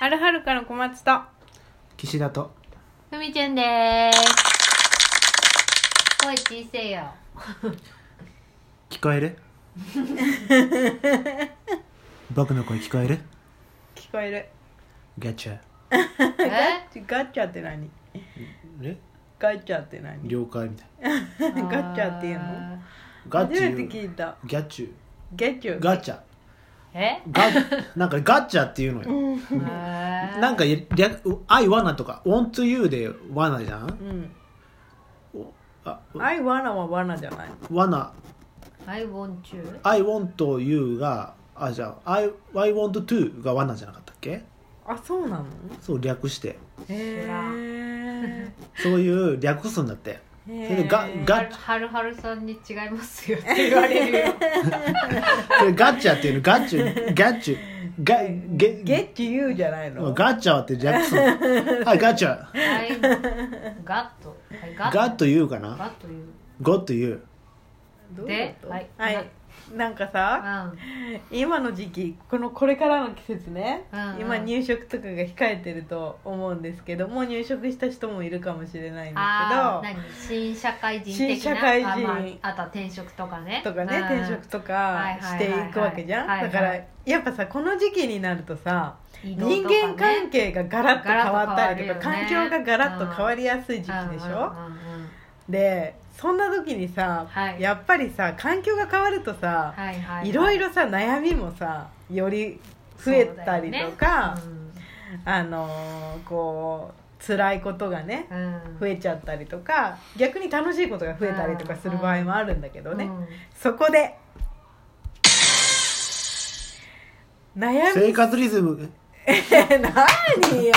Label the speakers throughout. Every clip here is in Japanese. Speaker 1: あるはるかの小松と
Speaker 2: 岸田と
Speaker 3: ふみちゅんです。声小せえよ。
Speaker 2: 聞こ える僕の声聞こえる
Speaker 1: 聞こえる
Speaker 2: ガチャ
Speaker 3: え
Speaker 1: ガッチャって何
Speaker 2: え
Speaker 1: ガッチャって何
Speaker 2: 了解みたいな
Speaker 3: ガ
Speaker 1: ガチャっていうの
Speaker 2: ガチ
Speaker 1: 初めて
Speaker 2: ュ
Speaker 1: 聞いた
Speaker 2: ガチュ
Speaker 1: ゲチュ
Speaker 2: ガチャ
Speaker 3: え
Speaker 2: ガなんかガチャっていうのよ
Speaker 3: な
Speaker 2: なんか略「I wanna」とか「want to you」で「wanna」じゃん
Speaker 1: うん
Speaker 2: あ
Speaker 1: 「I wanna」は「wanna」じゃない
Speaker 2: wanna
Speaker 3: I want you
Speaker 2: 「I want you」があじゃあ「I, I want to」が「wanna」じゃなかったっけ
Speaker 1: あそうなの
Speaker 2: そう略して
Speaker 1: へー
Speaker 2: そういう略すんだってそれでガ
Speaker 1: へー
Speaker 2: ガ
Speaker 3: はるはるはるさんに違いますよって言われ るよ
Speaker 2: それガッチャっていうのガッチュガッチュガゲ
Speaker 1: ゲッチューじゃないの
Speaker 2: ガッチャってジャクソンはいガッチャ
Speaker 3: I ガッとはいガ
Speaker 2: ガッと言うかな
Speaker 3: ガッと言う
Speaker 2: ゴッと言う
Speaker 1: どういう
Speaker 3: で
Speaker 1: こと
Speaker 3: はい
Speaker 1: はいなんかさ
Speaker 3: う
Speaker 1: 今の時期このこれからの季節ね、
Speaker 3: うんうん
Speaker 1: 今入職とかが控えてると思うんですけどもう入職した人もいるかもしれないん
Speaker 3: んああ
Speaker 1: です
Speaker 3: 何新社会人的な
Speaker 1: 新社会人
Speaker 3: あ,、まあ、あとは転職とかね
Speaker 1: けどとかね
Speaker 3: うん
Speaker 1: 転職と
Speaker 3: は
Speaker 1: か
Speaker 3: いはい
Speaker 1: していくわけじゃん
Speaker 3: はい
Speaker 1: だ
Speaker 3: はい
Speaker 1: からやっぱさこの時期になるとさ
Speaker 3: 移動とかね
Speaker 1: 人間関係がガラッと変わったりとか
Speaker 3: ガラッ
Speaker 1: 環
Speaker 3: と変わるよ
Speaker 1: 境
Speaker 3: ね
Speaker 1: がガラッと変わりやすい時期でしょ
Speaker 3: うんうんうんうん
Speaker 1: でそんな時にさ
Speaker 3: はい
Speaker 1: やっぱりさ環境が変わるとさ
Speaker 3: はいはい
Speaker 1: いろいろさ悩みもさより増えたりとか、
Speaker 3: そうだよね
Speaker 1: あのーこう辛いことがね
Speaker 3: うんうん
Speaker 1: 増えちゃったりとか逆に楽しいことが増えたりとかする場合もあるんだけどね、
Speaker 3: うん
Speaker 1: そこで悩み
Speaker 2: 生活リズム
Speaker 1: 何 よ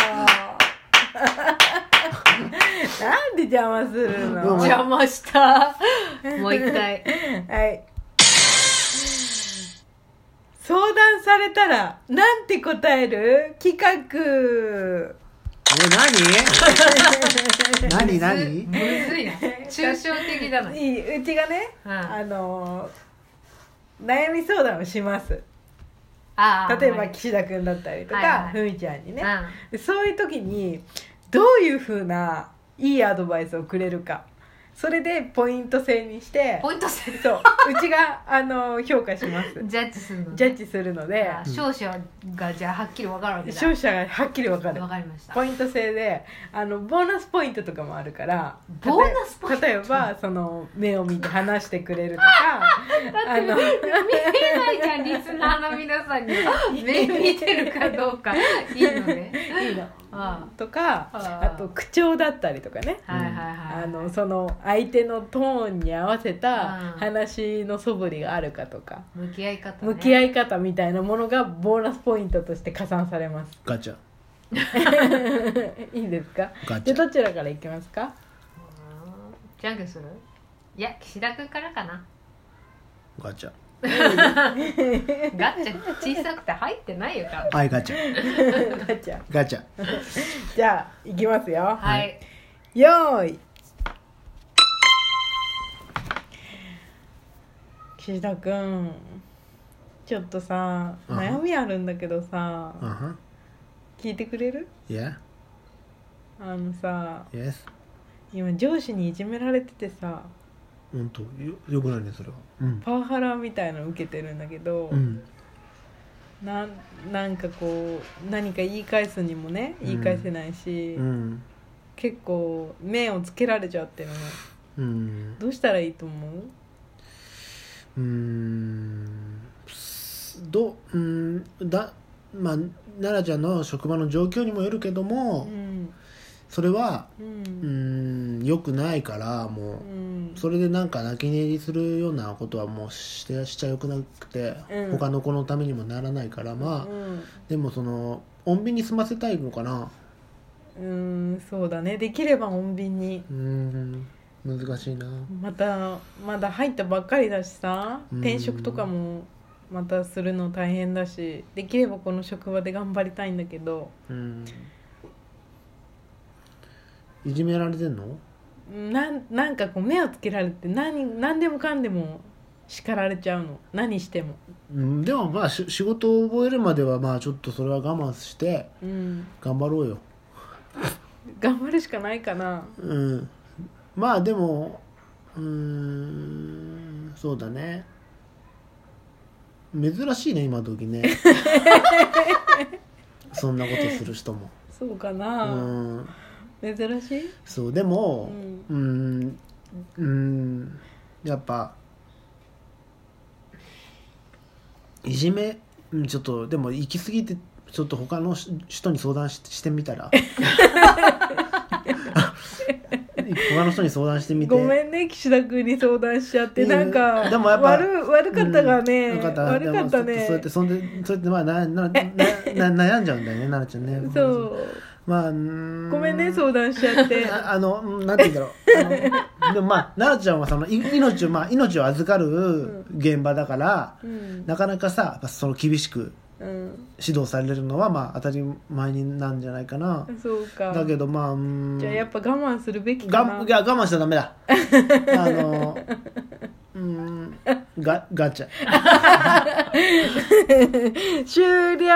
Speaker 1: なんで邪魔するの
Speaker 3: 邪魔したもう一回
Speaker 1: はい。相談されたら、なんて答える企画。
Speaker 2: え何何
Speaker 3: む
Speaker 2: 何
Speaker 3: ずいな抽象的だない
Speaker 1: い、うちがね、
Speaker 3: うん
Speaker 1: あのー悩み相談をします。
Speaker 3: ああ
Speaker 1: 例え
Speaker 3: は
Speaker 1: ば
Speaker 3: い
Speaker 1: 岸田君だったりと
Speaker 3: はいは
Speaker 1: か、
Speaker 3: い
Speaker 1: ふみちゃんにね
Speaker 3: う。
Speaker 1: で
Speaker 3: ん
Speaker 1: そういう時に、どういうふうないいアドバイスをくれるか。それでポイント制にして、
Speaker 3: ポイント制
Speaker 1: そう、うちが、あのー評価します。
Speaker 3: ジャッジするのね
Speaker 1: ジャッジするので
Speaker 3: あ、ー勝者がじゃあはっきり分かるわけだ
Speaker 1: 勝者がはっきりわかる
Speaker 3: わ。かりました
Speaker 1: ポイント制であのボーナスポイントとかもあるから
Speaker 3: ボーナスポイント
Speaker 1: 例えばその目を見て話してくれると かあの
Speaker 3: 見えないじゃんリスナーの皆さんに 目見てるかどうかいいのね
Speaker 1: いいの
Speaker 3: あ
Speaker 1: とか
Speaker 3: あー
Speaker 1: あと口調だったりとかね
Speaker 3: あはいはいはい
Speaker 1: あのその相手のトーンに合わせた
Speaker 3: うん
Speaker 1: 話の素振りがあるかとか
Speaker 3: 向き合い方ね
Speaker 1: 向き合い方みたいなものがボーナスポイントとして加算されます
Speaker 2: ガチャ
Speaker 1: いいですか
Speaker 2: ガ
Speaker 1: で
Speaker 2: チャ
Speaker 1: どちらからいきます か
Speaker 3: うんじゃんけんするいや岸田君からかな
Speaker 2: ガチャ
Speaker 3: ガッチャ小さくて入ってないよ多分
Speaker 2: はいガチャ
Speaker 1: ガチャ
Speaker 2: ガチャ
Speaker 1: じゃあいきますよ
Speaker 3: はい
Speaker 1: よーい岸田君ちょっとさ
Speaker 2: うん
Speaker 1: 悩みあるんだけどさ、
Speaker 2: うんふん
Speaker 1: 聞いてくれる
Speaker 2: Yeah
Speaker 1: あのさ
Speaker 2: Yes
Speaker 1: 今上司にいじめられててさ
Speaker 2: うんとよよくないねそれはうん
Speaker 1: パワハラみたいなの受けてるんだけど、
Speaker 2: うん
Speaker 1: なんなんかこう何か言い返すにもね言い返せないし、
Speaker 2: うん
Speaker 1: 結構面をつけられちゃってるの
Speaker 2: うん
Speaker 1: どうしたらいいと思う
Speaker 2: うーんどううんだまあ奈々ちゃんの職場の状況にもよるけども、
Speaker 1: うん
Speaker 2: それは
Speaker 1: う
Speaker 2: うんーん良くないからも
Speaker 1: うん
Speaker 2: うそれでなんか泣き寝入りするようなことはもうしてしちゃよくなくて、
Speaker 1: うん
Speaker 2: 他の子のためにもならないからまあ、
Speaker 1: うん
Speaker 2: でもその穏便に済ませたいのかな
Speaker 1: うーんそうだねできれば穏便に
Speaker 2: うーん難しいな
Speaker 1: またまだ入ったばっかりだしさ
Speaker 2: うん
Speaker 1: 転職とかもまたするの大変だしできればこの職場で頑張りたいんだけど
Speaker 2: うんいじめられてんの
Speaker 1: なんなんかこう目をつけられて何何でもかんでも叱られちゃうの何しても
Speaker 2: うんでもまあし仕事を覚えるまではまあちょっとそれは我慢して
Speaker 1: うん
Speaker 2: 頑張ろうよ
Speaker 1: 頑張るしかないかな
Speaker 2: うんまあでもうーんそうだね珍しいね今時ねそんなことする人も
Speaker 1: そうか
Speaker 2: う
Speaker 1: な、
Speaker 2: ん
Speaker 1: 珍しい
Speaker 2: そうでもうーんうーんやっぱいじめうんちょっとでも行き過ぎてちょっと他のし人に相談ししてみたら 他の人に相談してみて
Speaker 1: ごめんね岸田君に相談しちゃって
Speaker 2: いい
Speaker 1: なんか
Speaker 2: でもやっぱ
Speaker 1: 悪悪かったがね、
Speaker 2: うんよかった
Speaker 1: 悪かった
Speaker 2: でも
Speaker 1: ね
Speaker 2: そうやってそんでそうやってまあなななな悩んじゃうんだよね奈々ちゃんね
Speaker 1: そう
Speaker 2: まあうーん
Speaker 1: ごめんね相談しちゃって
Speaker 2: ああのうんなんて言うんだろうあのでもまあ奈々ちゃんはそのい命を、まあ、命を預かる現場だから、
Speaker 1: うん
Speaker 2: なかなかさやっぱその厳しく
Speaker 1: うん
Speaker 2: 指導されるのはまあ当たり前になんじゃないかな、
Speaker 1: そうか
Speaker 2: だけどまあうーん
Speaker 1: じゃあやっぱ我慢するべきか
Speaker 2: が
Speaker 1: なん
Speaker 2: いや我慢しちゃダメだあのうーんがガチャ
Speaker 1: 終了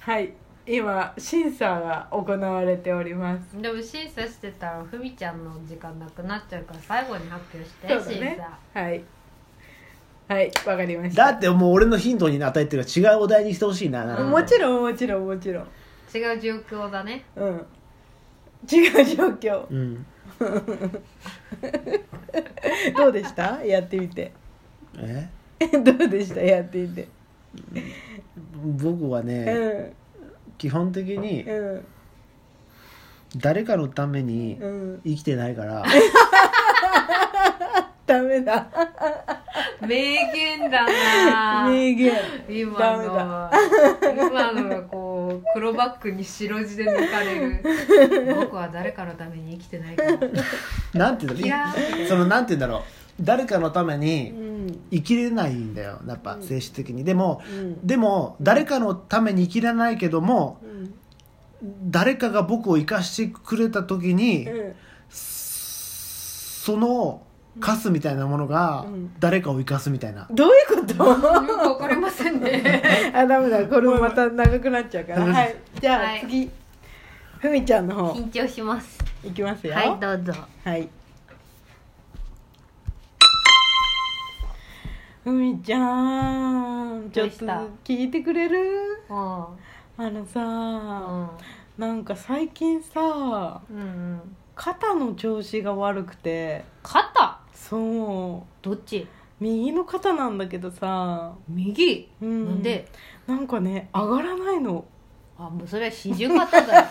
Speaker 1: はい今審査が行われております
Speaker 3: でも審査してたらふみちゃんの時間なくなっちゃうから最後に発表して、
Speaker 1: そうだ
Speaker 3: 審
Speaker 1: ね
Speaker 3: 査
Speaker 1: はいはいわかりまし
Speaker 2: だ
Speaker 1: た
Speaker 2: ってもう俺のヒントに与えてるから違うお題にしてほしいななんか
Speaker 1: もちろんもちろんもちろん
Speaker 3: 違う状況 だね
Speaker 1: うん違う状況
Speaker 2: うん
Speaker 1: どうでした やってみて
Speaker 2: え
Speaker 1: どうでしたやってみて
Speaker 2: 僕は
Speaker 1: う
Speaker 2: ね、
Speaker 1: ん
Speaker 2: 基本的に
Speaker 1: うん
Speaker 2: 誰かのために
Speaker 1: うん
Speaker 2: 生きてないから、
Speaker 1: ダメだ
Speaker 3: 名言だな
Speaker 1: 名言
Speaker 3: 今の
Speaker 1: ダメ
Speaker 3: は今のがこう黒バッグに白地で抜かれ る僕は誰かのために生きてないから
Speaker 2: なんて言うん
Speaker 3: い
Speaker 2: だ
Speaker 3: や
Speaker 2: ろうそのなんて言うんだろう誰かのため
Speaker 1: う
Speaker 2: に
Speaker 1: ん
Speaker 2: 生きれないんだよやっぱ精神的に、でも
Speaker 1: うん
Speaker 2: でも誰かのために生きれないけども
Speaker 1: うん
Speaker 2: 誰かが僕を生かしてくれた時に、
Speaker 1: うん
Speaker 2: そのカスみたいなものが
Speaker 1: うん
Speaker 2: 誰かを生かすみたいな、
Speaker 1: どういうこと
Speaker 3: よくわかりませんね
Speaker 1: あダメだこれもまた長くなっちゃうから
Speaker 2: うん
Speaker 1: はいじゃあ、
Speaker 3: はい
Speaker 1: 次ふみちゃんの方
Speaker 3: 緊張します
Speaker 1: いきますよ
Speaker 3: はいどうぞ
Speaker 1: はいふみちゃんちょっと
Speaker 3: どうした
Speaker 1: 聞いてくれる
Speaker 3: う
Speaker 1: あのさ、
Speaker 3: ん
Speaker 1: なんか最近さ
Speaker 3: うんうん
Speaker 1: 肩の調子が悪くて
Speaker 3: 肩
Speaker 1: そう
Speaker 3: どっち
Speaker 1: 右の肩なんだけどさ、
Speaker 3: 右
Speaker 1: うん、
Speaker 3: なんで
Speaker 1: なんかね上がらないの
Speaker 3: あもうそれは四十肩だよ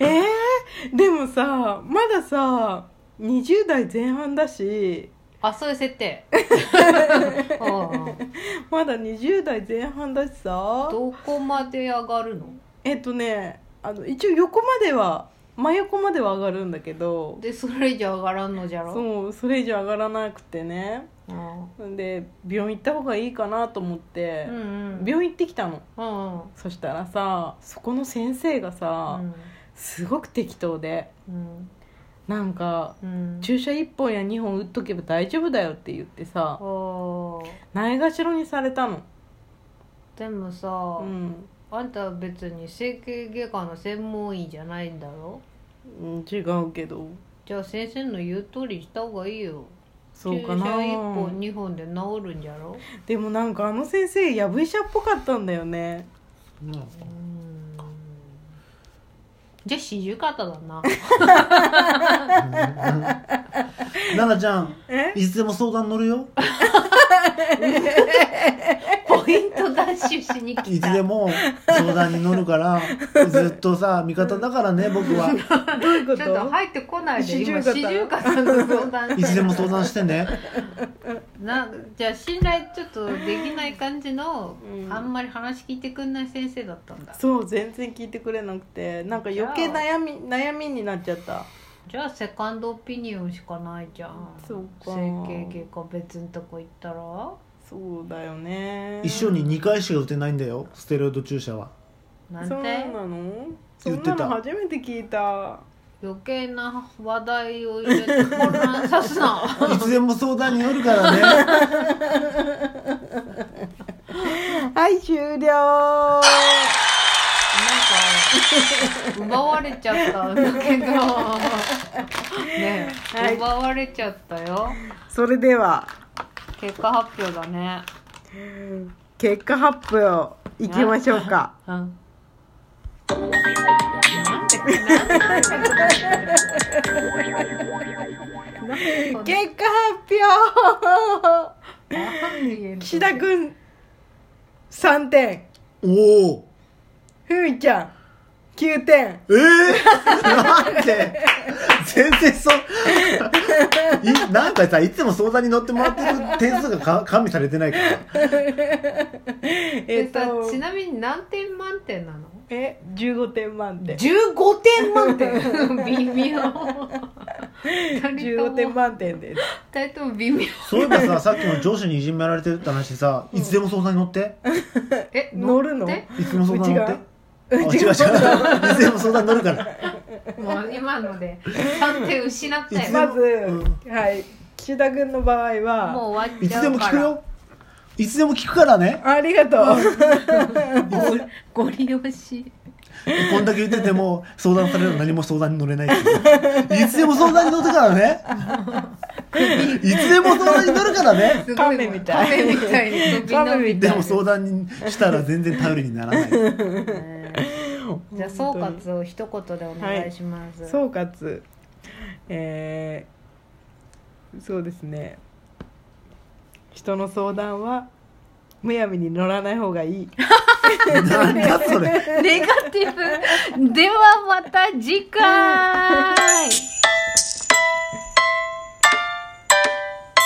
Speaker 1: えー、でもさまださ20代前半だし
Speaker 3: あそういう設 定うん
Speaker 1: まだ20代前半だしさ
Speaker 3: どこまで上がるの
Speaker 1: えっとねあの一応横までは真横までは上がるんだけど
Speaker 3: でそれじゃ上がらんのじゃろ
Speaker 1: そうそれ以上上がらなくてね
Speaker 3: うん
Speaker 1: んで病院行った方がいいかなと思って
Speaker 3: う、んうん
Speaker 1: 病院行ってきたの
Speaker 3: うんうん
Speaker 1: そしたらさそこの先生がさ、すごく適当で
Speaker 3: うん
Speaker 1: なんか
Speaker 3: うん
Speaker 1: 注射1本や2本打っとけば大丈夫だよって言ってさ
Speaker 3: おー
Speaker 1: ないがしろにされたの
Speaker 3: でもさ、
Speaker 1: うん
Speaker 3: あんたは別に整形外科の専門医じゃないんだろ
Speaker 1: うん違うけど
Speaker 3: じゃあ先生の言う通りした方がいいよ
Speaker 1: そうかな
Speaker 3: 注射1本2本で治るんじゃろ
Speaker 1: でもなんかあの先生やぶ医者っぽかったんだよね
Speaker 3: うんじゃあ四十肩だな
Speaker 2: 奈々ちゃん
Speaker 1: え
Speaker 2: いつでも相談乗るよ
Speaker 3: ポイントダッシュしに
Speaker 2: い
Speaker 3: 来
Speaker 2: つ
Speaker 3: た
Speaker 2: でも相談に乗るからずっとさ味方だからね僕は
Speaker 1: どういうこ
Speaker 3: ちょっと入ってこないで今
Speaker 1: 四
Speaker 3: 四
Speaker 1: 十肩
Speaker 3: 十肩の相談して
Speaker 2: い
Speaker 3: る
Speaker 2: つでも相談してね
Speaker 3: なじゃあ信頼ちょっとできない感じの、
Speaker 1: うん
Speaker 3: あんまり話聞いてくんない先生だったんだ
Speaker 1: そう全然聞いてくれなくてなんか余計悩み悩みになっちゃった
Speaker 3: じゃあセカンドオピニオンしかないじゃん
Speaker 1: そうか
Speaker 3: 整形外科別のとこ行ったら
Speaker 1: そうだよね
Speaker 2: 一緒に2回しか打てないんだよステロイド注射は
Speaker 3: なん
Speaker 1: そうな
Speaker 3: て
Speaker 1: のそ
Speaker 2: 言っ
Speaker 1: ん
Speaker 2: てた
Speaker 1: なの初めて聞いた
Speaker 3: 余計な話題を入れて混乱 さすな
Speaker 2: いつでも相談に乗る からね
Speaker 1: はい終了
Speaker 3: なんか奪われちゃった んだけどねえ、
Speaker 1: はい
Speaker 3: 奪われちゃったよ
Speaker 1: それでは
Speaker 3: 結果発表だね
Speaker 1: 結果発表いきましょうか
Speaker 3: うんなんでなんで
Speaker 1: 結果発 表
Speaker 3: なんで
Speaker 1: 岸田くん3点
Speaker 2: おお
Speaker 1: ふみちゃん9点
Speaker 2: ええなんで全然そういなんかさいつも相談に乗ってもらってる点数がか加味されてないから
Speaker 1: え
Speaker 3: え
Speaker 1: っ
Speaker 3: っと
Speaker 1: と
Speaker 3: ちなみに何点満点なの
Speaker 1: え15点満点
Speaker 3: 15点満 点微妙
Speaker 1: 15点満点です
Speaker 3: 2人とも微妙
Speaker 2: そういえば ささっきの上司にいじめられてるって話でさいつでも相談に乗って
Speaker 3: え
Speaker 1: 乗るの
Speaker 3: って
Speaker 2: いつでも相談に乗ってあ違う違うい
Speaker 1: 違う
Speaker 2: つでも相談に乗るから
Speaker 3: もう今ので3点失った
Speaker 2: いつ
Speaker 3: よ
Speaker 2: で
Speaker 1: まず、
Speaker 2: う
Speaker 1: はい岸田君の場合は
Speaker 3: もう終わっ
Speaker 2: い
Speaker 3: ちゃ
Speaker 2: つで
Speaker 3: う
Speaker 2: も
Speaker 3: か
Speaker 2: 聞く
Speaker 3: ら
Speaker 2: よいつでも聞くからね
Speaker 1: ありがとう
Speaker 3: ご利用し
Speaker 2: こんだけ言ってても相談されるの何も相談に乗れないっていういつでも相談に乗るからねいつでも相談に乗るからね
Speaker 3: すごい
Speaker 1: カメみたい
Speaker 3: カメみたいに伸び伸び
Speaker 1: カメみた
Speaker 2: で
Speaker 1: い
Speaker 2: も相談にしたら全然頼りにならない
Speaker 3: じゃあ総括を一言でお願いします、
Speaker 1: 総括えー、そうですね人の相談はむやみに乗らない方がいい
Speaker 2: なんだそれ
Speaker 3: ネガティブではまた次回